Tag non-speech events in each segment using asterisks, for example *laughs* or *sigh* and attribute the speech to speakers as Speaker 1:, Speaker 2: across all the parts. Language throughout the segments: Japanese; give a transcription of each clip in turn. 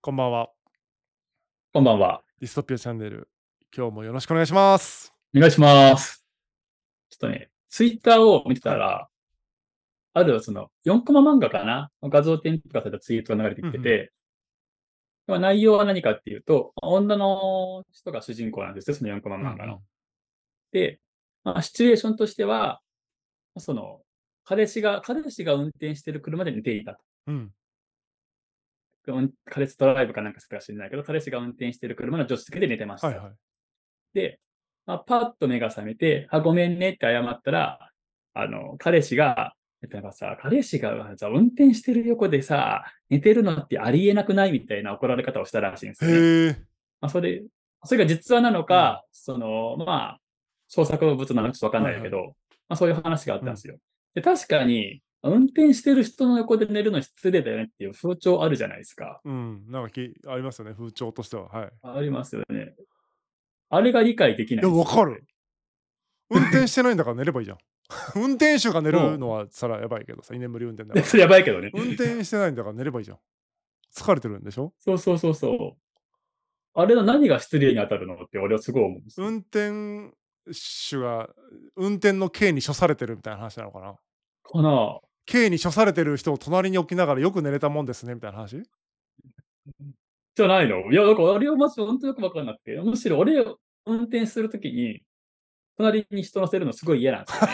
Speaker 1: こんばんは。
Speaker 2: こんばんは。
Speaker 1: ディストピアチャンネル。今日もよろしくお願いします。
Speaker 2: お願いします。ちょっとね、ツイッターを見てたら、あるその4コマ漫画かな画像添付がされたツイートが流れてきてて、まあ内容は何かっていうと、女の人が主人公なんですよ、その4コマ漫画の。で、まあ、シチュエーションとしては、その、彼氏が、彼氏が運転してる車で寝ていたと。
Speaker 1: うん。
Speaker 2: うん彼氏ドライブかなんかするか知らないけど、彼氏が運転してる車の助手席で寝てました。
Speaker 1: はいはい。
Speaker 2: で、まあ、パッと目が覚めて、あ、ごめんねって謝ったら、あの、彼氏が、えっとなんかさ、彼氏がさ運転してる横でさ、寝てるのってありえなくないみたいな怒られ方をしたらしいんですよね、
Speaker 1: へえ。
Speaker 2: まあ、それ、それが実話なのか、その、まあ、創作物なのかちょっとわかんないけど、まあ、そういう話があったんですよ。で確かに、運転してる人の横で寝るの失礼だよねっていう風潮あるじゃないですか。
Speaker 1: うん。なんかきありますよね、風潮としては。はい。
Speaker 2: ありますよね。あれが理解できない
Speaker 1: いや、
Speaker 2: んですよ
Speaker 1: わかる。運転してないんだから寝ればいい *laughs* じゃん。運転手が寝るのはさらやばいけどさ、居眠り運転だか *laughs*
Speaker 2: いや
Speaker 1: ら
Speaker 2: そ。 *laughs* れやばいけどね。
Speaker 1: 運転してないんだから寝ればいいじゃん。疲れてるんでしょ
Speaker 2: そうそうそうそう。あれの何が失礼に当たるのって俺はすごい思うんですよ。
Speaker 1: 運転手が運転の刑に処されてるみたいな話なのかな
Speaker 2: かな
Speaker 1: 刑に処されてる人を隣に置きながらよく寝れたもんですねみたいな話
Speaker 2: じゃないのいや、だからあれはまず本当よくわかんなくて、むしろ俺運転するときに、隣に人乗せるのすごい嫌なんですよ、 *laughs* ね。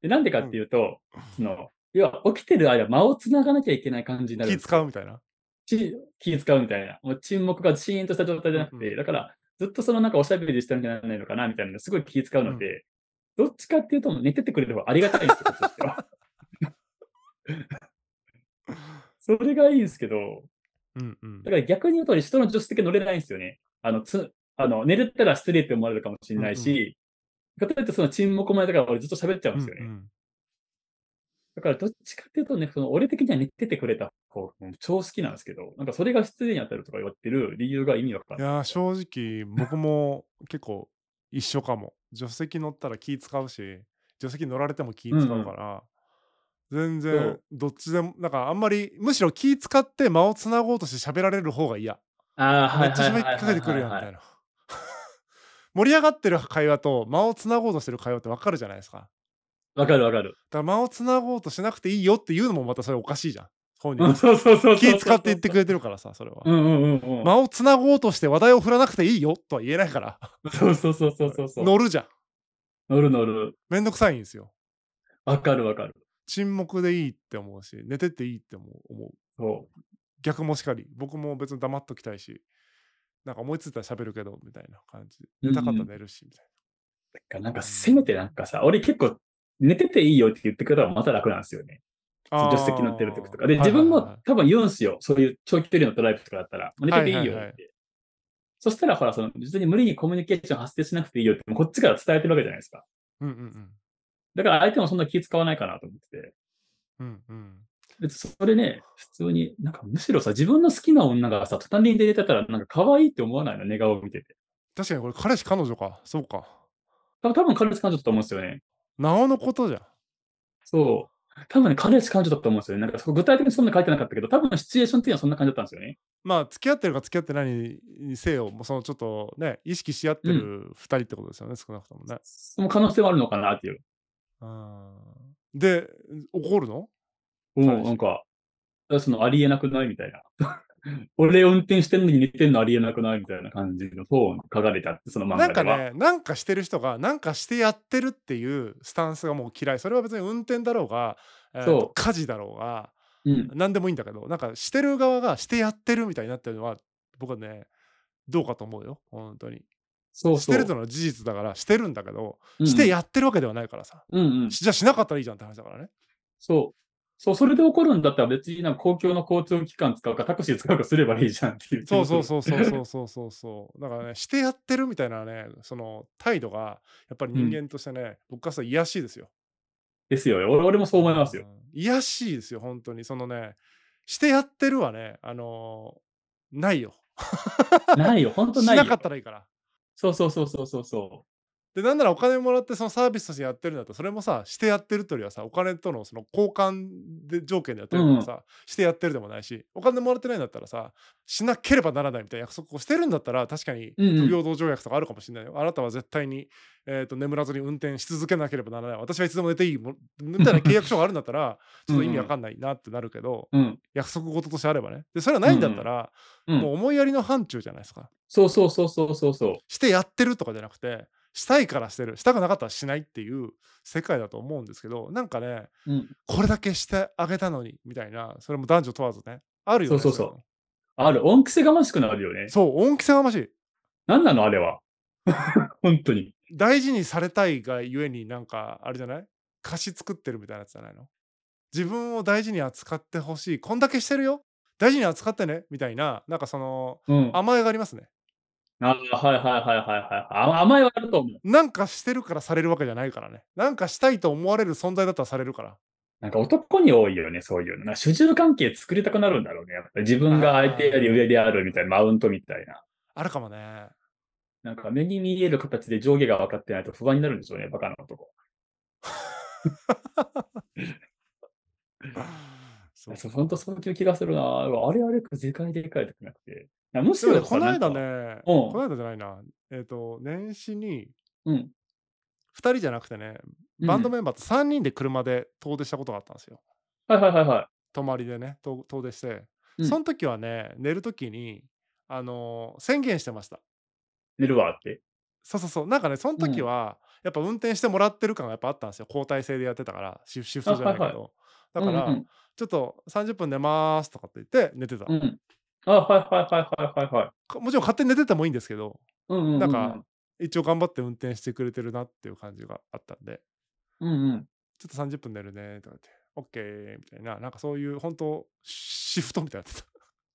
Speaker 2: でなんでかっていうと、その、要は起きてる間、間を繋がなきゃいけない感じになるん
Speaker 1: 気
Speaker 2: です
Speaker 1: 使う
Speaker 2: よ。
Speaker 1: みたいな。
Speaker 2: ち気使うみたいな。もう沈黙がシーンとした状態じゃなくて、
Speaker 1: うん
Speaker 2: だから、ずっとそのなんかおしゃべりしてるんじゃないのかなみたいな、すごい気使うので、どっちかっていうと、寝ててくれる方がありがたいんですよ、こっちとしてはそれがいいんですけど、
Speaker 1: うんうん
Speaker 2: だ。から逆に言うと、人の助手席乗れないんですよね。あの、つあの寝れたら失礼って思われるかもしれないし、かといってその沈黙前だから俺ずっと喋っちゃうんですよね。
Speaker 1: うんうん
Speaker 2: だからどっちかっていうとね、その俺的には寝ててくれた方が超好きなんですけど、なんかそれが失礼に当たるとか言ってる理由が意味わか
Speaker 1: い
Speaker 2: んない。
Speaker 1: やー正直僕も結構一緒かも助手席乗ったら気使うし助手席乗られても気使うから、全
Speaker 2: そ
Speaker 1: 然
Speaker 2: う
Speaker 1: どっちでもなんかあんまりむしろ気使って間をつなごうとして喋られる方が嫌
Speaker 2: ああ、は
Speaker 1: め
Speaker 2: い
Speaker 1: っちゃ
Speaker 2: は
Speaker 1: 喋
Speaker 2: い
Speaker 1: り
Speaker 2: はいはい
Speaker 1: かけてくるやんみ
Speaker 2: はい
Speaker 1: たいな *laughs* 盛り上がってる会話と間をつなごうとしてる会話ってわかるじゃないですかだか
Speaker 2: わかるわかる。
Speaker 1: ら間をつなごうとしなくていいよっていうのもまたそれおかしいじゃん本人
Speaker 2: うん *laughs*
Speaker 1: が
Speaker 2: *laughs* そうそうそうそう。
Speaker 1: 気使って言ってくれてるからさそれは
Speaker 2: うんうんうんうん。
Speaker 1: 間をつなごうとして話題を振らなくていいよとは言えないから
Speaker 2: そうそうそうそうそうそう。
Speaker 1: 乗るじゃん
Speaker 2: 乗る乗る。
Speaker 1: めんどくさいんですよ。
Speaker 2: わかるわかる。
Speaker 1: 沈黙でいいって思うし、寝てていいって思う。思う
Speaker 2: そ
Speaker 1: 逆もしかり、僕も別に黙っときたいし、なんか思いついたら喋るけど、みたいな感じ。
Speaker 2: うん。
Speaker 1: 寝たかったら寝るし、みたいう
Speaker 2: だからなんかせめてなんかさ、俺結構寝てていいよって言ってくれたらまた楽なんですよね。
Speaker 1: な。
Speaker 2: 助手席乗ってる時とか。で、
Speaker 1: はい
Speaker 2: 自
Speaker 1: はいはい
Speaker 2: 分も多分言うんすよ。そういう長期距離のドライブとかだったら。もう寝てていいよって。
Speaker 1: はいはいは
Speaker 2: そしたら、ほら、その、別に無理にコミュニケーション発生しなくていいよって、こっちから伝えてるわけじゃないですか。
Speaker 1: うんうん
Speaker 2: だから相手もそんな気使わないかなと思ってて。
Speaker 1: うん。うんうん。
Speaker 2: 別にそれね、普通に、なんかむしろさ、自分の好きな女がさ、隣に出れてたら、なんか可愛いって思わないの、寝顔を見てて。
Speaker 1: 確かにこれ彼氏彼女か。そうか。
Speaker 2: 多分多分彼氏彼女だと思うんですよね。
Speaker 1: なおのことじゃん。
Speaker 2: そう。多分ね、彼氏彼女だと思うんですよね。なんかそこ具体的にそんな書いてなかったけど、多分シチュエーションっていうのはそんな感じだったんですよね。
Speaker 1: まあ、付き合ってるか付き合ってないにせよ、もうそのちょっとね、意識し合ってる2人ってことですよね、少なくともね。
Speaker 2: その可能性はあるのかなっていう。
Speaker 1: うんで、怒るの
Speaker 2: うん、
Speaker 1: 彼氏
Speaker 2: なんか、そのありえなくないみたいな。 *laughs* 俺運転してんのに寝てんのありえなくないみたいな感じのそう書かれてあって、その
Speaker 1: な
Speaker 2: 漫画
Speaker 1: ん
Speaker 2: で
Speaker 1: か
Speaker 2: は。
Speaker 1: ね、なんかしてる人が、なんかしてやってるっていうスタンスがもう嫌い。それは別に運転だろうが、えーと
Speaker 2: そう
Speaker 1: 家事だろうが、
Speaker 2: うん、
Speaker 1: 何でもいいんだけど、なんかしてる側がしてやってるみたいになってるのは、僕はね、どうかと思うよ、本当に。
Speaker 2: そうそう。
Speaker 1: してるというのは事実だから、してるんだけど、
Speaker 2: うんうん
Speaker 1: してやってるわけではないからさ。
Speaker 2: うんうん。
Speaker 1: しじゃあしなかったらいいじゃんって話だ
Speaker 2: *laughs*
Speaker 1: からね。
Speaker 2: そう。そう、それで怒るんだったら別になんか公共の交通機関使うかタクシー使うかすればいいじゃんっていう。
Speaker 1: そうそうそうそう
Speaker 2: *laughs*
Speaker 1: そうそうそうそう。だからね、してやってるみたいなね、その態度が、やっぱり人間としてね、僕からしたら癒やしいですよ。
Speaker 2: ですよね。俺俺もそう思
Speaker 1: *laughs*
Speaker 2: います
Speaker 1: う
Speaker 2: よ。
Speaker 1: ん。癒やしいですよ、本当に。そのね、してやってるはね、あのーないよ。
Speaker 2: ないよ、本当
Speaker 1: し
Speaker 2: ないよ。
Speaker 1: なかったらいいから。
Speaker 2: そうそうそうそうそうそう。
Speaker 1: で、なんならお金もらってそのサービスとしてやってるんだと、それもさ、してやってるというよりはさ、お金とのその交換で条件でやってるからさ、してやってるでもないし、お金もらってないんだったらさ、しなければならないみたいな約束をしてるんだったら、確かに
Speaker 2: うんう
Speaker 1: 不
Speaker 2: ん
Speaker 1: 平等条約とかあるかもしれないよ。あなたは絶対に、えー、と眠らずに運転し続けなければならない。私はいつでも寝ていいもんみたいな契約書があるんだったら、ちょっと意味わかんないなってなるけど、
Speaker 2: うん。
Speaker 1: 約束事としてあればね。で、それはないんだったら、
Speaker 2: うん
Speaker 1: もう思いやりの範疇じゃないですか。
Speaker 2: そうそうそうそうそうそう。
Speaker 1: してやってるとかじゃなくてしたいからしてるしたくなかったらしないっていう世界だと思うんですけどなんかね
Speaker 2: うん。
Speaker 1: これだけしてあげたのにみたいなそれも男女問わずねあるよね
Speaker 2: そうそうそう
Speaker 1: いの
Speaker 2: ある。恩着せがましくなるよね。
Speaker 1: そう恩着せがましい
Speaker 2: なんなのあれは。 *laughs* 本当に。
Speaker 1: 大事にされたいがゆえになんかあれじゃない貸し作ってるみたいなやつじゃないの自分を大事に扱ってほしいこんだけしてるよ大事に扱ってねみたいななんかその
Speaker 2: うん。あ
Speaker 1: 甘えがありますね
Speaker 2: はいはいはいはいはいはいあ。甘えはあると思う。
Speaker 1: なんかしてるからされるわけじゃないからねなんかしたいと思われる存在だったらされるから
Speaker 2: なんか男に多いよね、そういうの。なんか主従関係作りたくなるんだろうね。やっぱり自分が相手より上であるみたいな、マウントみたいな。
Speaker 1: あるかもね
Speaker 2: なんか目に見える形で上下が分かってないと不安になるんでしょうね、バカな男。
Speaker 1: そう
Speaker 2: そう本当そういう気がするな。あれあれ、世界で理解できなくて。なむし
Speaker 1: でも
Speaker 2: ろ
Speaker 1: ね、この間。
Speaker 2: なんか
Speaker 1: ね、
Speaker 2: うん
Speaker 1: この間じゃないな、えっ、と、年始に
Speaker 2: うん。
Speaker 1: 2人じゃなくてね、バンドメンバーと3人で車で遠出したことがあったんですよ。
Speaker 2: うんはいはいはいは
Speaker 1: 泊まりでね、遠遠出して。
Speaker 2: うん
Speaker 1: その時はね、寝る時に、あのー宣言してました。
Speaker 2: い。寝るわって。
Speaker 1: そうそうそう、なんかね、その時は、やっぱ運転してもらってる感がやっぱあったんですよ。交代制でやってたから、シフシフトじゃないけど。
Speaker 2: あはい
Speaker 1: だから、
Speaker 2: うん
Speaker 1: ちょっと30分寝ますとかって言って寝てた、
Speaker 2: うん。うんあ、はいはいはいはいはいはい。
Speaker 1: かもちろん勝手に寝ててもいいんですけど、
Speaker 2: うんうんうん。
Speaker 1: なんか、一応頑張って運転してくれてるなっていう感じがあったんで、
Speaker 2: うんうん。
Speaker 1: ちょっと30分寝るねとか言って、OK みたいな、なんかそういう本当、シフトみた *laughs* いなやつ。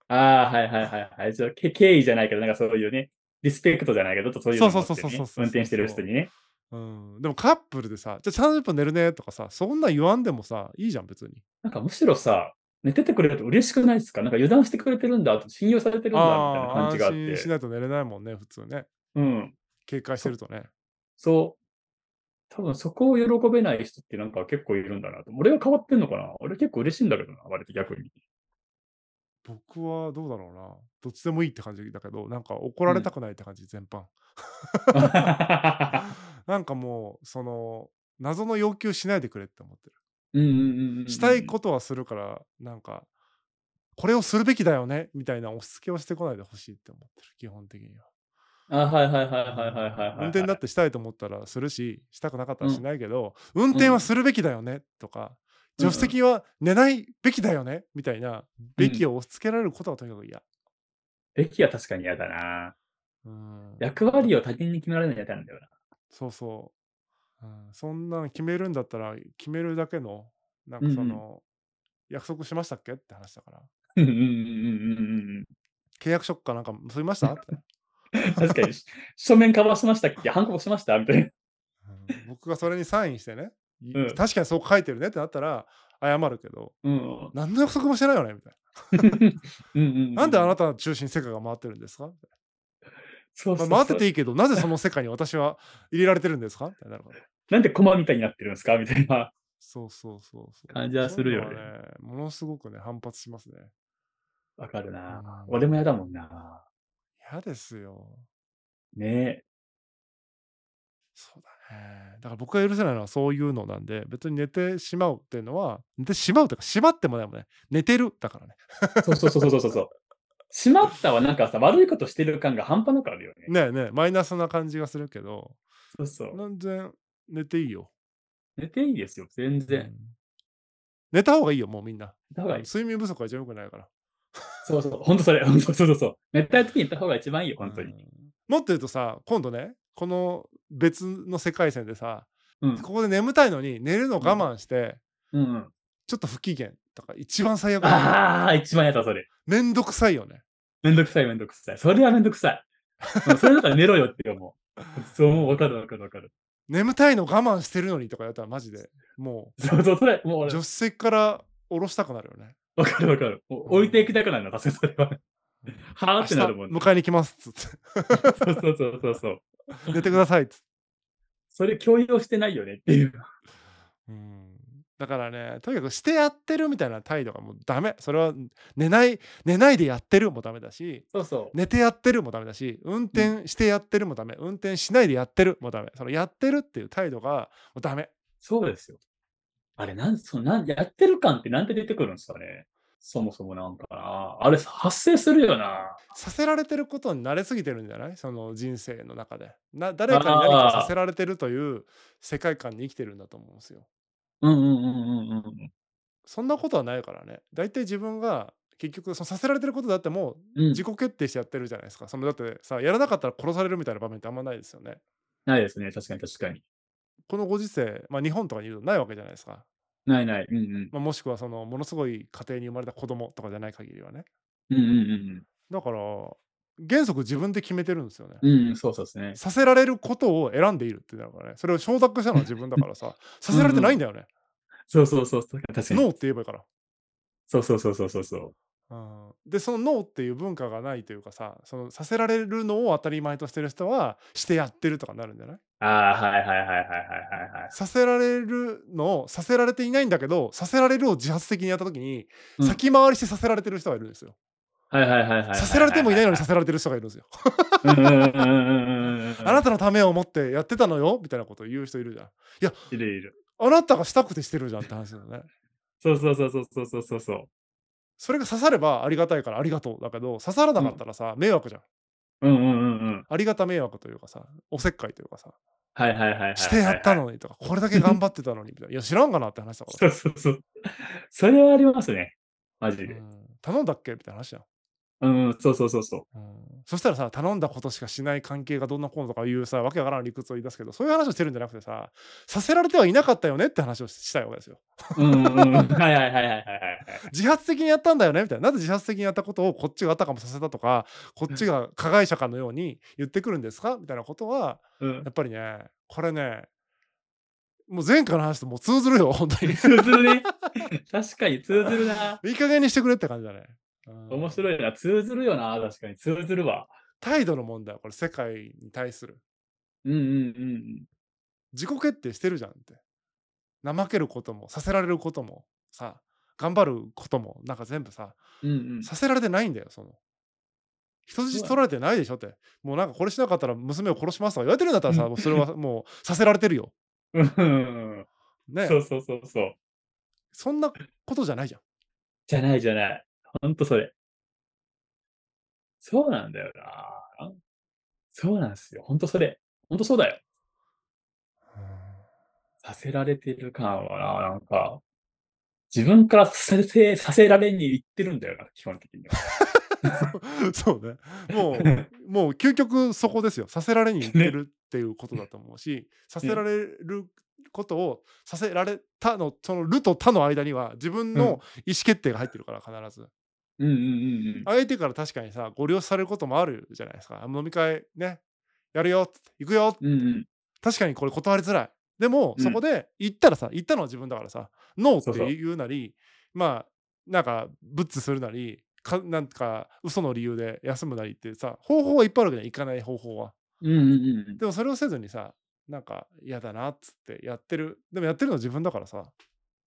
Speaker 2: ああ、はいはいはいはい。じゃあけ敬意じゃないけど、なんかそういうね、リスペクトじゃないけど、ちょっとそういうの
Speaker 1: そう
Speaker 2: も
Speaker 1: そうそう
Speaker 2: あって
Speaker 1: そうそ
Speaker 2: ね
Speaker 1: うそう
Speaker 2: 運転してる人にね。
Speaker 1: うん、でもカップルでさ、じゃあ30分寝るねとかさ、そんなん言わんでもさ、いいじゃん、別に。
Speaker 2: なんかむしろさ、寝ててくれると嬉しくないですかなんか油断してくれてるんだ、信用されてるんだ、みたいな
Speaker 1: あ
Speaker 2: 感
Speaker 1: あ
Speaker 2: じ
Speaker 1: ー、
Speaker 2: があっ。
Speaker 1: 安心してないと寝れないもんね、普通ね。
Speaker 2: うん。
Speaker 1: 警戒してるとね。
Speaker 2: そう。多分そこを喜べない人ってなんか結構いるんだなと。俺が変わってんのかな俺結構嬉しいんだけどな、割と逆に。 *laughs*
Speaker 1: 僕はどうだろうな。どっちでもいいって感じだけど、なんか怒られたくないって感じ、全般。 *laughs* なんかもう、その、謎の要求しないでくれって思ってる。
Speaker 2: うんうんうんうん。
Speaker 1: したいことはするから、なんか、これをするべきだよねみたいな押し付けをしてこないでほしいって思ってる、基本的には。
Speaker 2: あ、はいはいはいはいはいはいはい、はい。
Speaker 1: 運転だってしたいと思ったらするし、したくなかったらしないけど、運転はするべきだよねとか、
Speaker 2: うん
Speaker 1: 助手席は寝ないべきだよねみたいな、べきを押し付けられることはとにかく嫌。
Speaker 2: べきは確かに嫌だな。
Speaker 1: うん
Speaker 2: 役割を他人に決められないの嫌なんだよな。
Speaker 1: そうそう、うん。そんなん決めるんだったら、決めるだけの、なんかその、約束しましたっけって話だから。
Speaker 2: うんうんうんうんうんうん。
Speaker 1: 契約書かなんか結びましたみたいな
Speaker 2: 確かに、し書面かわしましたっけハンコ押しましたみたいな。
Speaker 1: うん僕がそれにサインしてね、い
Speaker 2: *laughs* うん
Speaker 1: 確かにそう書いてるねってなったら謝るけど
Speaker 2: うん。
Speaker 1: 何の約束もしてないよねみたい
Speaker 2: うんうん
Speaker 1: な、なんであな
Speaker 2: た、
Speaker 1: たの中心に世界が回ってるんですか、
Speaker 2: そう
Speaker 1: ま
Speaker 2: そ
Speaker 1: あ
Speaker 2: う
Speaker 1: 回っ
Speaker 2: そ
Speaker 1: て
Speaker 2: う
Speaker 1: ていいけどなぜその世界に私は入れられてるんですかみたいになるから
Speaker 2: なんで駒みたいになってるんですかみたいな。
Speaker 1: そうそうそうそう
Speaker 2: 感じはするよね
Speaker 1: そういうのはものすごくね反発しますね
Speaker 2: わかるな。
Speaker 1: うん
Speaker 2: 俺も嫌だもんな。
Speaker 1: 嫌ですよ
Speaker 2: ねえ。
Speaker 1: そうだねだから僕が許せないのはそういうのなんで別に寝てしまうっていうのは寝てしまうというかしまってもないもんね寝てるだからね
Speaker 2: そうそうそうそうそうそう。しまったはなんかさ、悪いことしてる感が半端なくあるよね。
Speaker 1: ねえねえマイナスな感じがするけど
Speaker 2: そうそう。
Speaker 1: 全然寝ていいよ。
Speaker 2: 寝ていいですよ、全
Speaker 1: う
Speaker 2: 然
Speaker 1: ん。寝た方がいいよ、もうみんな。
Speaker 2: 寝た方がいい。
Speaker 1: 睡眠不足は一番良くないから。
Speaker 2: そうそう。本当それ。本当そうそうそう。寝たい時に寝た方が一番いいよ、本当
Speaker 1: う
Speaker 2: に。
Speaker 1: んもっと言うとさ、今度ね、この別の世界線でさ、
Speaker 2: うん。
Speaker 1: ここで眠たいのに寝るのを我慢して、
Speaker 2: うんうん。
Speaker 1: ちょっと不機嫌とか一番最悪だよ。
Speaker 2: *laughs* ああ、一番嫌だ、それ。
Speaker 1: めんどくさいよね。
Speaker 2: めんどくさいめんどくさい。それはめんどくさい。 *laughs* うんそれだから寝ろよって思う。そう、もうわかるわかるわかる。
Speaker 1: 眠たいの我慢してるのにとかやったらマジでも
Speaker 2: そうそう、それ、もう
Speaker 1: う
Speaker 2: 俺
Speaker 1: 助手席から降ろしたくなるよね。
Speaker 2: わかるわかる。もう置いていきたくなるの、確かにそれは。は
Speaker 1: 明
Speaker 2: ーっ
Speaker 1: 日
Speaker 2: てなるもんね。 *laughs*
Speaker 1: 迎えに来ますっつって
Speaker 2: そうそうそうそうそう。
Speaker 1: 寝てくださいっつって
Speaker 2: それ共有をしてないよねっていう。
Speaker 1: うんだからねとにかくしてやってるみたいな態度がもうダメそれは寝ない寝ないでやってるもダメだし
Speaker 2: そうそう。
Speaker 1: 寝てやってるもダメだし運転してやってるもダメ、運転しないでやってるもダメそのやってるっていう態度がもうダメ
Speaker 2: そうですよ。あれ、なん、そのなん、やってる感ってなんて出てくるんですかね。そもそもなんかな。あれ、発生するよな。
Speaker 1: させられてることに慣れすぎてるんじゃないその人生の中でな誰かに何かをさせられてるという世界観に生きてるんだと思うんですよ
Speaker 2: うんうんうんうんうん
Speaker 1: そんなことはないからね大体自分が結局そのさせられてることだってもう
Speaker 2: うん。うん
Speaker 1: 自。己決定してやってるじゃないですか。そのだってさ、やらなかったら殺されるみたいな場面ってあんまないですよね。
Speaker 2: ないですね。確かに確かに。
Speaker 1: このご時世、まあ、日本とかにいるとないわけじゃないですか。
Speaker 2: ないない。うんうん。
Speaker 1: まあ、もしくはそのものすごい家庭に生まれた子供とかじゃない限りはね。
Speaker 2: うんうん
Speaker 1: だから、原則自分で決めてるんですよね。
Speaker 2: うんうん。うん、そうそうですね。
Speaker 1: させられることを選んでいるってなるからね。それを承諾したのは自分だからさ、させられてないんだよね。
Speaker 2: そうそうそう。確かに確か
Speaker 1: ノー
Speaker 2: に。
Speaker 1: って言えばいいから。
Speaker 2: そうそうそうそうそうそう。
Speaker 1: うんでそのノーっていう文化がないというかさそのさせられるのを当たり前としてる人はしてやってるとかなるんじゃない
Speaker 2: ああ、はいはいはいはいはいはいはい。
Speaker 1: させられるのをさせられていないんだけどさせられるを自発的にやった時に、
Speaker 2: うん
Speaker 1: 先回りしてさせられてる人がいるんですよ、
Speaker 2: はいはいはいはいはい。
Speaker 1: させられてもいないのにさせられてる人がいるんですよ、
Speaker 2: うんうんうんうんうんうん。
Speaker 1: あなたのためを思ってやってたのよみたいなことを言う人いるじゃん
Speaker 2: いるいる。
Speaker 1: あなたがしたくてしてるじゃんって話だよね
Speaker 2: そうそうそうそうそうそうそ
Speaker 1: それが刺さればありがたいからありがとうだけど刺さらなかったらさ、迷惑じゃん
Speaker 2: う。うんうんうんうん。
Speaker 1: ありがた迷惑というかさおせっかいというかさ
Speaker 2: はいはいはいはいはい、はい。
Speaker 1: してやったのにとかこれだけ頑張ってたのにみ
Speaker 2: *laughs*
Speaker 1: たいないや知らんかなって話だから
Speaker 2: そうそうそう。それはありますね。マジ
Speaker 1: う
Speaker 2: で。
Speaker 1: ん頼んだっけみたいな話じゃん
Speaker 2: うん、そうそうそうそう。
Speaker 1: うんそしたらさ頼んだことしかしない関係がどんなこうのとかいうさわけわからん理屈を言い出すけどそういう話をしてるんじゃなくてささせられてはいなかったよねって話をししたいわけですよ。
Speaker 2: *laughs* うんうんうん。はいはいはいはいはいはい。
Speaker 1: 自発的にやったんだよねみたいななぜ自発的にやったことをこっちがあたかもさせたとかこっちが加害者かのように言ってくるんですかみたいなことは
Speaker 2: うん
Speaker 1: や。っぱりねこれねもう前回の話ともう通ずるよ本当に
Speaker 2: 通ずるね。確かに通ずるな。
Speaker 1: いい加減にしてくれって感じだね。うん
Speaker 2: 面白いな。通ずるよな。確かに。通ずるわ。
Speaker 1: 態度の問題はこれ世界に対する
Speaker 2: うんうんうんうん。
Speaker 1: 自己決定してるじゃんって怠けることもさせられることもさ頑張ることもなんか全部さ
Speaker 2: うんうん、
Speaker 1: させられてないんだよその人質取られてないでしょってもうなんかこれしなかったら娘を殺しますとか言われてるんだったらさ
Speaker 2: うん
Speaker 1: もうそれ
Speaker 2: *laughs*
Speaker 1: はもうさせられてるよ
Speaker 2: うんうんう
Speaker 1: ね
Speaker 2: ん。そうそうそうそう。
Speaker 1: そんなことじゃないじゃん
Speaker 2: じゃないじゃない。ほんとそれ。そうなんだよな。そうなんですよ。ほんとそれ。ほんとそうだよ。させられてる感はな、なんか、自分からさせさせられに行ってるんだよな、基本的には。 *laughs*
Speaker 1: *laughs* そうねもうもう究極そこですよさせられにいってるっていうことだと思う
Speaker 2: *laughs*
Speaker 1: しさせられることをさせられたのその「る」と「た」の間には自分の
Speaker 2: う
Speaker 1: 意
Speaker 2: ん
Speaker 1: 思決定が入ってるから必ず
Speaker 2: うんうんうん
Speaker 1: 相手から確かにさご了承されることもあるじゃないですか飲み会ねやるよっつって行くよっつって
Speaker 2: うん。うんうん。
Speaker 1: 確かにこれ断りづらいでも
Speaker 2: うん
Speaker 1: そこで行ったらさ行ったのは自分だからさノー
Speaker 2: そ
Speaker 1: っ
Speaker 2: う
Speaker 1: て
Speaker 2: そう
Speaker 1: 言うなりまあなんかブッツするなりかなんか嘘の理由で休むなりってさ方法はいっぱいあるわけじゃん行かない方法は
Speaker 2: うんうんうん。
Speaker 1: でもそれをせずにさなんか嫌だなっつってやってるでもやってるのは自分だからさ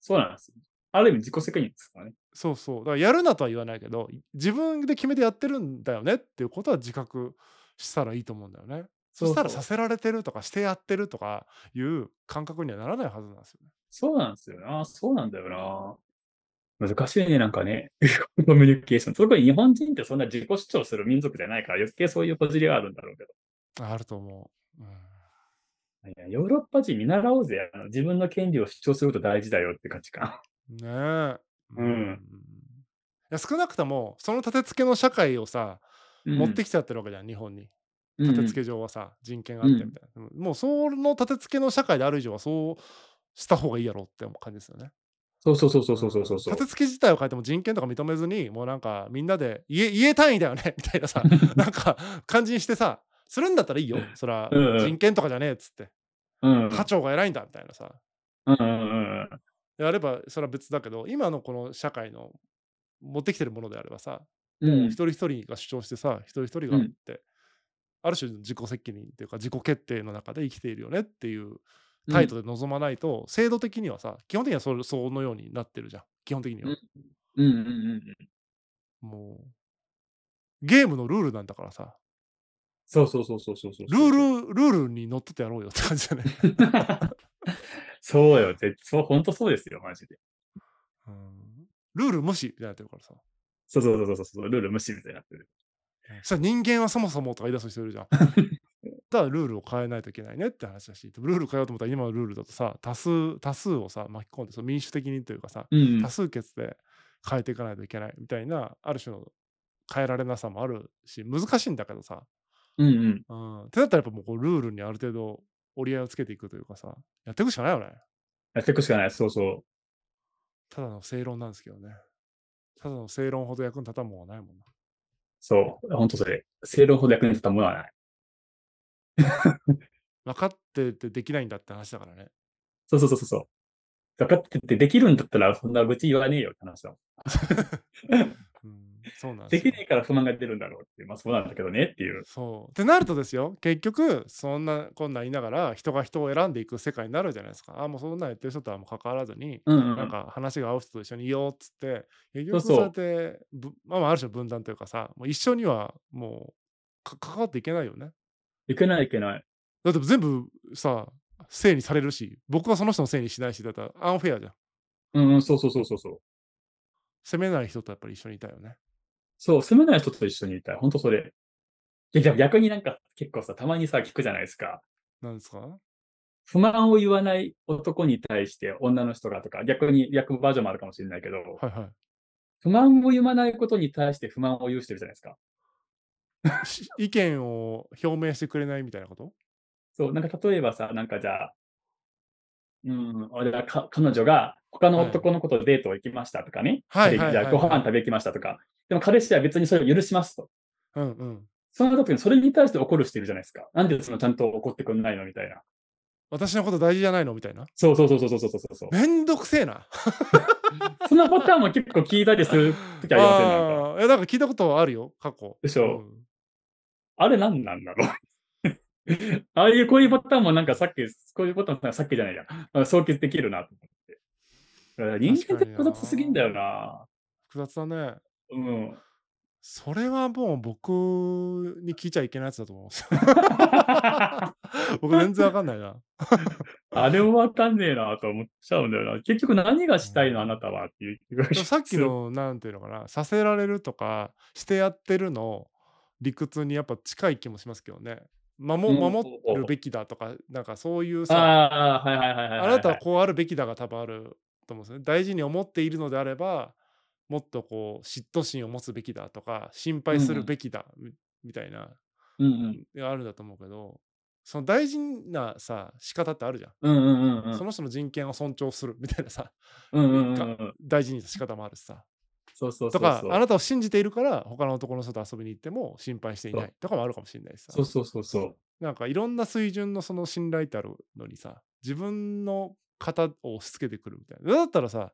Speaker 2: そうなんですよ。ある意味自己責任ですからね。
Speaker 1: そうそうだからやるなとは言わないけど自分で決めてやってるんだよねっていうことは自覚したらいいと思うんだよねそしたら
Speaker 2: そうそ
Speaker 1: させ
Speaker 2: う
Speaker 1: られてるとかしてやってるとかいう感覚にはならないはずなんですよね
Speaker 2: そうなんですよな。そうなんだよな。難しいね、なんかね。 *laughs* コミュニケーション。それこそ日本人ってそんな自己主張する民族じゃないから、余計そういうこじりはあるんだろうけど。
Speaker 1: あると思う。うん
Speaker 2: いやヨーロッパ人見習おうぜ。あの自分の権利を主張すること大事だよって価値観。
Speaker 1: ねえ。
Speaker 2: うん
Speaker 1: いや少なくともその立て付けの社会をさ、持って
Speaker 2: き
Speaker 1: きちゃってるわけじゃん日本に
Speaker 2: て
Speaker 1: 立て付け上はさ、人権があってみたいな、うんもうその立て付けの社会である以上はそうした方がいいやろって感じですよね
Speaker 2: そうそうそうそうそうそうそうそう。
Speaker 1: 立て付け自体を変えても人権とか認めずにもうなんかみんなで家家単位だよねみたいなさなんか感じにしてさするんだったらいいよそら
Speaker 2: うんうん
Speaker 1: 人権とかじゃねえっつって
Speaker 2: うん。
Speaker 1: 課長が偉いんだみたいなさ
Speaker 2: うんうん
Speaker 1: やればそれは別だけど今のこの社会の持ってきてるものであればさ、
Speaker 2: うんう
Speaker 1: もうん一人一人が主張してさ一人一人があって、ある種の自己責任というか自己決定の中で生きているよねっていう態度で臨まないと、制度的にはさ基本的にはそれそのようになってるじゃん基本的には、
Speaker 2: うんうんうんうん。
Speaker 1: もうゲームのルールなんだからさ
Speaker 2: そうそうそうそうそうそう。
Speaker 1: ルールルールにのっとってやろうよって感じじゃない、 *laughs*
Speaker 2: ル *laughs* そうよ。絶そう、本当そうですよ、マジで。
Speaker 1: うんルール無視みたいになってるからさ
Speaker 2: そうそうそうそうそう、ルール無視みたいになってる。
Speaker 1: さ人間はそもそもとか言い出す人い
Speaker 2: *laughs*
Speaker 1: るじゃん。だからルールを変えないといけないねって話だし、でもルール変えようと思ったら今のルールだとさ、多数多数をさ巻き込んでその民主的にというかさ、
Speaker 2: うんうん
Speaker 1: 多数決で変えていかないといけないみたいな、ある種の変えられなさもあるし、難しいんだけどさ。
Speaker 2: うんうん。
Speaker 1: うん、ってなったらやっぱもうこうルールにある程度折り合いをつけていくというかさ、やっていくしかないよね。
Speaker 2: やっていくしかない。そうそう。
Speaker 1: ただの正論なんですけどね。ただの正論ほど役に立たんもんはないもんな。
Speaker 2: そう。本当それ。正論ほど役に立ったものはない。
Speaker 1: 分かっててできないんだって話だからね。
Speaker 2: そうそうそうそうそう。分かっててできるんだったら、そんな愚痴言わねえよって話だもん。
Speaker 1: うん、そうなんで
Speaker 2: で
Speaker 1: す
Speaker 2: き
Speaker 1: よ
Speaker 2: ないから不満が出るんだろうっていう。まあそうなんだけどねっていう。
Speaker 1: そう。ってなるとですよ、結局、そんなこんなん言いながら、人が人を選んでいく世界になるじゃないですか。あ、もうそんなんやってる人とはもう関わらずに、
Speaker 2: うん、う
Speaker 1: なん
Speaker 2: ん。
Speaker 1: か話が合う人と一緒にいようっつって、結局
Speaker 2: そ
Speaker 1: そうう
Speaker 2: そ
Speaker 1: や
Speaker 2: う
Speaker 1: ってぶ、まあまあ、ある種の分断というかさ、もう一緒にはもうか関わっていけないよね。
Speaker 2: いけないいけない。
Speaker 1: だって全部さ、せいにされるし、僕はその人のせいにしないし、だったらアンフェアじゃん。
Speaker 2: うんうん、そうそうそうそうそう。
Speaker 1: 責めない人とやっぱり一緒にいたいよね。
Speaker 2: そう、住めない人と一緒にいたい。本当それ。で、でも逆になんか結構さ、たまにさ、聞くじゃないですか。
Speaker 1: なんですか
Speaker 2: 不満を言わない男に対して女の人がとか、逆に逆バージョンもあるかもしれないけど、
Speaker 1: はいは
Speaker 2: 不満を言わないことに対して不満を言うしてるじゃないですか。
Speaker 1: い。し意見を表明してくれないみたいなこと
Speaker 2: そう、なんか例えばさ、なんかじゃあ、うん、俺はか彼女が他の
Speaker 1: はい
Speaker 2: 男の子とデート行きましたとかね、
Speaker 1: はい
Speaker 2: で
Speaker 1: はい
Speaker 2: じゃ
Speaker 1: は
Speaker 2: あ
Speaker 1: い
Speaker 2: ご
Speaker 1: はい
Speaker 2: 飯食べ行きましたとか、でも彼氏は別にそれを許しますと。
Speaker 1: うんうん。
Speaker 2: その時にそれに対して怒るしてるじゃないですか。なんでそのちゃんと怒ってくんないのみたいな。
Speaker 1: 私のこと大事じゃないのみたいな。
Speaker 2: そうそうそうそうそうそうそう
Speaker 1: *laughs*
Speaker 2: そう。
Speaker 1: めんどくせえな。
Speaker 2: そんなパターンも結構聞いたりする時ありませんなんか。
Speaker 1: あーいやなんか聞いたことはあるよ、過去。
Speaker 2: でしょ
Speaker 1: ん
Speaker 2: あれ何なんだろう *laughs* ああいう、こういうパターンもなんかさっき、こういうパターンさっきじゃないや。あ総結できるなと思って。だから人間って複雑すぎんだよな。
Speaker 1: 複雑だね。
Speaker 2: うん。
Speaker 1: それはもう僕に聞いちゃいけないやつだと思うん
Speaker 2: *laughs*
Speaker 1: ですよ僕全然わかんないな。
Speaker 2: あれもわかんねえなと思っちゃうんだよな。結局何がしたいのあなたはっていう気が
Speaker 1: でもさっ
Speaker 2: *laughs*
Speaker 1: き。の、なんていうのかな、させられるとか、してやってるの理屈にやっぱ近い気もしますけどね。守
Speaker 2: うん
Speaker 1: 守るべきだとか、なんかそういうさ、
Speaker 2: ああ、はいはいはいはいはい、
Speaker 1: あなたはこうあるべきだが多分あると思うんですよね。大事に思っているのであればもっとこう嫉妬心を持つべきだとか心配するべきだみみたいな、
Speaker 2: うんうん。
Speaker 1: あるんだと思うけどその大事なさ仕方ってあるじゃん。
Speaker 2: うんうんうんうん。
Speaker 1: その人の人権を尊重するみたいなさ
Speaker 2: うんうんうんうん。
Speaker 1: 大事に仕方もあるしさ
Speaker 2: そうそうそうそう。
Speaker 1: とかあなたを信じているから他の男の人と遊びに行っても心配していな
Speaker 2: そう
Speaker 1: いとかもあるかもしれないしさ
Speaker 2: そうそうそうそう。
Speaker 1: なんかいろんな水準のその信頼ってあるのにさ、自分の型を押し付けてくるみたいな。だったらさ、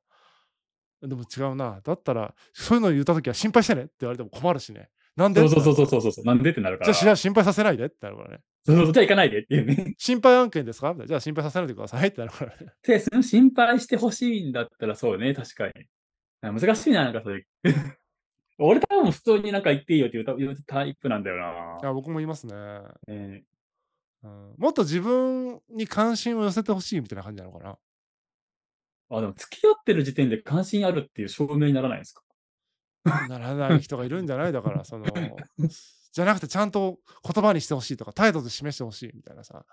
Speaker 1: でも違うな。だったら、そういうのを言ったときは心配してねって言われても困るしね。なんで
Speaker 2: そうそう
Speaker 1: ってな
Speaker 2: そう
Speaker 1: る
Speaker 2: そうそうそう。なんでってなるか
Speaker 1: じゃ
Speaker 2: ら。
Speaker 1: あしら心配させないでってなるからね。
Speaker 2: そうそうじゃあ行かないでっていうね。
Speaker 1: 心配案件ですかみたいなじゃあ心配させないでくださいってなるからね。
Speaker 2: で、その心配してほしいんだったらそうね、確かに。あ難しいな、なんかそれ。 *laughs* 俺多分普通になんか言っていいよっていうタ言うタイプなんだよ
Speaker 1: い
Speaker 2: な。
Speaker 1: や僕も言いますね、
Speaker 2: え
Speaker 1: うん。もっと自分に関心を寄せてほしいみたいな感じなのかな。
Speaker 2: ーあ、でも付き合ってる時点で関心あるっていう証明にならないですか
Speaker 1: *laughs* ならない人がいるんじゃないだから、その、じゃなくてちゃんと言葉にしてほしいとか、態度で示してほしいみたいなさ、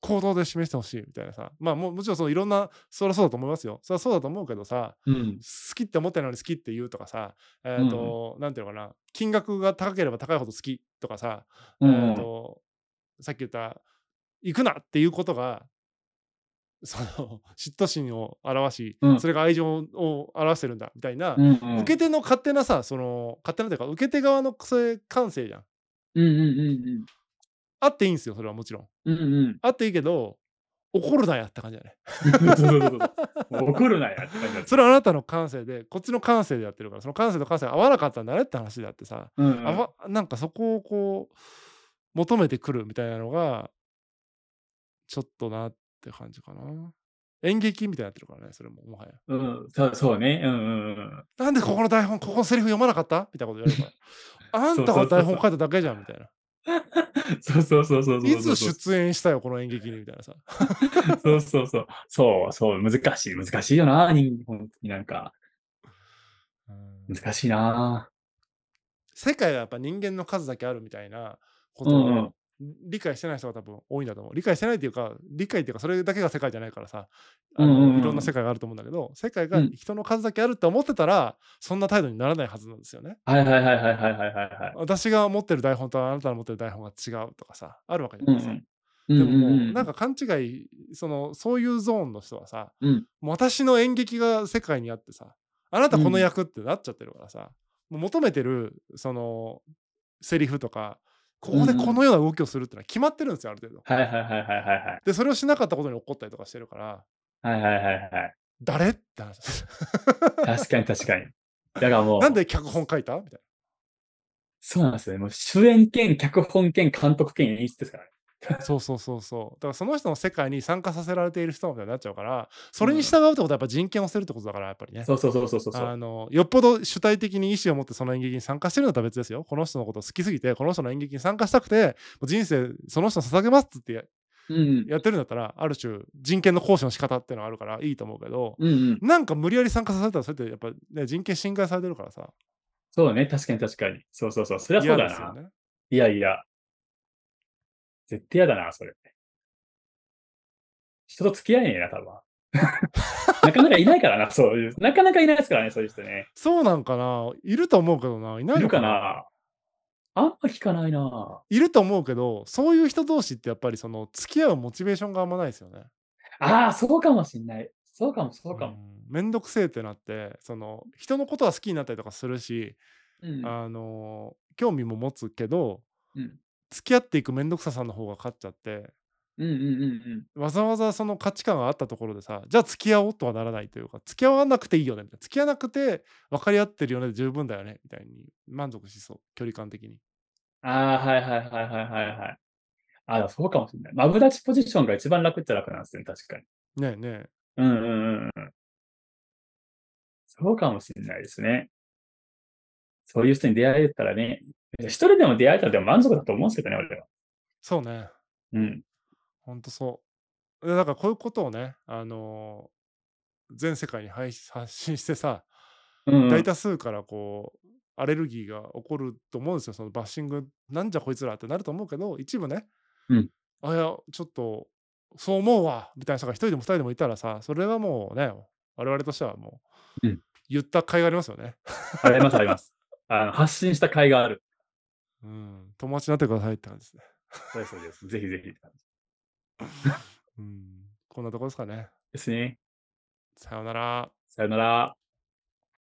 Speaker 1: 行動で示してほしいみたいなさ、まあもうもちろんそのいろんな、そりゃそうだと思いますよ。そりゃそうだと思うけどさ、
Speaker 2: うん。
Speaker 1: 好きって思ってないのに好きって言うとかさ、えっ、と、なんていうのかな、金額が高ければ高いほど好きとかさ、
Speaker 2: うん
Speaker 1: えっ、と、さっき言った、行くなっていうことが、その嫉妬心を表し、
Speaker 2: うん
Speaker 1: それが愛情を表してるんだみたいな、
Speaker 2: うんうん
Speaker 1: 受け手の勝手なさその勝手なというか受け手側のそれ感性じゃん
Speaker 2: うんうん
Speaker 1: あっていいんですよそれはもちろん
Speaker 2: うんうん。うん
Speaker 1: *laughs*
Speaker 2: うん。
Speaker 1: あっていいけど怒るなやって感じだね
Speaker 2: そうそうそうそう怒るなやって感じだ
Speaker 1: それはあなたの感性でこっちの感性でやってるからその感性と感性が合わなかったんだねって話であってさ、
Speaker 2: うんうん
Speaker 1: あわなんかそこをこう求めてくるみたいなのが、ちょっとなって感じかな。演劇みたいになってるからね、それも、もはや。
Speaker 2: うん、そうそうね。うんうんうん。
Speaker 1: なんでここの台本、ここのセリフ読まなかったみたいなこと言われる
Speaker 2: *laughs*
Speaker 1: から。あんたが台本書いただけじゃんみたいな。
Speaker 2: そうそうそうそうそう。
Speaker 1: いつ出演したよ、この演劇にみたいなさ。
Speaker 2: そうそうそう。そうそう、難しい、難しいよな。人本当になんか、
Speaker 1: うん
Speaker 2: 難しいな。
Speaker 1: 世界はやっぱ人間の数だけあるみたいなこ
Speaker 2: う
Speaker 1: と
Speaker 2: ん
Speaker 1: を、
Speaker 2: うん。
Speaker 1: 理解してない人が多分多いんだと思う。理解してないっていうか、理解っていうか、それだけが世界じゃないからさ、あの
Speaker 2: うんうんうん
Speaker 1: いろんな世界があると思うんだけど、世界が
Speaker 2: うん
Speaker 1: 人の数だけあるって思ってたら、そんな態度にならないはずなんですよね。
Speaker 2: はいはいはいはいはいはいはいはい。
Speaker 1: 私が持ってる台本とあなたの持ってる台本が違うとかさ、あるわけじゃ
Speaker 2: う
Speaker 1: なんいうですか。
Speaker 2: ん。
Speaker 1: でもも
Speaker 2: う
Speaker 1: う、なんか
Speaker 2: か、
Speaker 1: 勘違い、その、そういうゾーンの人はさ、
Speaker 2: うん
Speaker 1: もう私の演劇が世界にあってさ、あなたこの役ってなっちゃってるからさ、もう求めてる、その、セリフとか、ここでこのような動きをするってのは決まってるんですよ、ある程度。
Speaker 2: はいはいはいはいはいはい。
Speaker 1: で、それをしなかったことに怒ったりとかしてるから、
Speaker 2: はいはいはいはい。
Speaker 1: 誰って話
Speaker 2: *laughs*
Speaker 1: です。
Speaker 2: 確かに確かに。だからもう、
Speaker 1: なんで脚本書いたみたい
Speaker 2: そうなんですよね。もう主演兼、脚本兼、監督兼演出ですからね。
Speaker 1: な。そうそうそうそう。だからその人の世界に参加させられている人みたいになっちゃうから、それに従うってことはやっぱ人権を捨てるってことだから、やっぱりね。
Speaker 2: そうそうそうそうそうそう。
Speaker 1: あのよっぽど主体的に意思を持ってその演劇に参加してるのとは別ですよ。この人のこと好きすぎて、この人の演劇に参加したくて、もう人生その人に捧げますっつってや
Speaker 2: うん。
Speaker 1: やってるんだったら、ある種人権の行使の仕方っていうのがあるからいいと思うけど、
Speaker 2: うんうん。
Speaker 1: なんか無理やり参加させたら、それってやっぱ、ね、人権侵害されてるからさ、
Speaker 2: そうね。確かに確かに。そうそうそう。そりゃそうだ
Speaker 1: で
Speaker 2: な。
Speaker 1: すよね。
Speaker 2: いやいや。絶対嫌だな、それ。人と付き合えねえな、多分。 *laughs* なかなかいないからな、そういう。なかなかいないですからね、そういう人ね。
Speaker 1: そうなんかないると思うけどな、いない
Speaker 2: い
Speaker 1: の
Speaker 2: る
Speaker 1: か
Speaker 2: か
Speaker 1: な
Speaker 2: なあんま聞かないな。
Speaker 1: いると思うけど、そういう人同士ってやっぱりその付き合うモチベーションがあんまないですよね。
Speaker 2: ああ、そうかもしんない。そうかも、そうか
Speaker 1: ん
Speaker 2: も。
Speaker 1: めんどくせえってなって、その人のことは好きになったりとかするし、
Speaker 2: うん。
Speaker 1: あの興味も持つけど
Speaker 2: うん。
Speaker 1: 付き合っていく面倒くささの方が勝っちゃって
Speaker 2: うんうんうん
Speaker 1: わざわざその価値観があったところでさじゃあ付き合おうとはならないというか付き合わなくていいよねみたいな付き合わなくて分かり合ってるよねで十分だよねみたいに満足しそう距離感的に
Speaker 2: うん。ああ、はいはいはいはいはいはい。ああ、そうかもしんない。マブダチポジションが一番楽っちゃ楽なんですよね、確かに。
Speaker 1: ねえねえ
Speaker 2: うんうんうんうん。そうかもしれないですね。そういう人に出会えたらね、一人でも出会えたらでも満足だと思うんですけどね、俺は。
Speaker 1: そうね
Speaker 2: うん。
Speaker 1: ほんとそうでだからこういうことをねあのー全世界に配信発信してさ
Speaker 2: うん、
Speaker 1: 大多数からこうアレルギーが起こると思うんですよそのバッシングなんじゃこいつらってなると思うけど一部ね、
Speaker 2: うん
Speaker 1: あいやちょっとそう思うわみたいな人が一人でも二人でもいたらさそれはもうね我々としてはもう、
Speaker 2: うん
Speaker 1: 言った甲斐がありますよね、
Speaker 2: ありますあります。あの発信した甲斐がある。
Speaker 1: うん、友達になってくださいって感じですね、
Speaker 2: そうです、そうです。ぜひぜひ。
Speaker 1: うん、こんなとこですかね
Speaker 2: ですね。
Speaker 1: さようなら
Speaker 2: さよなら。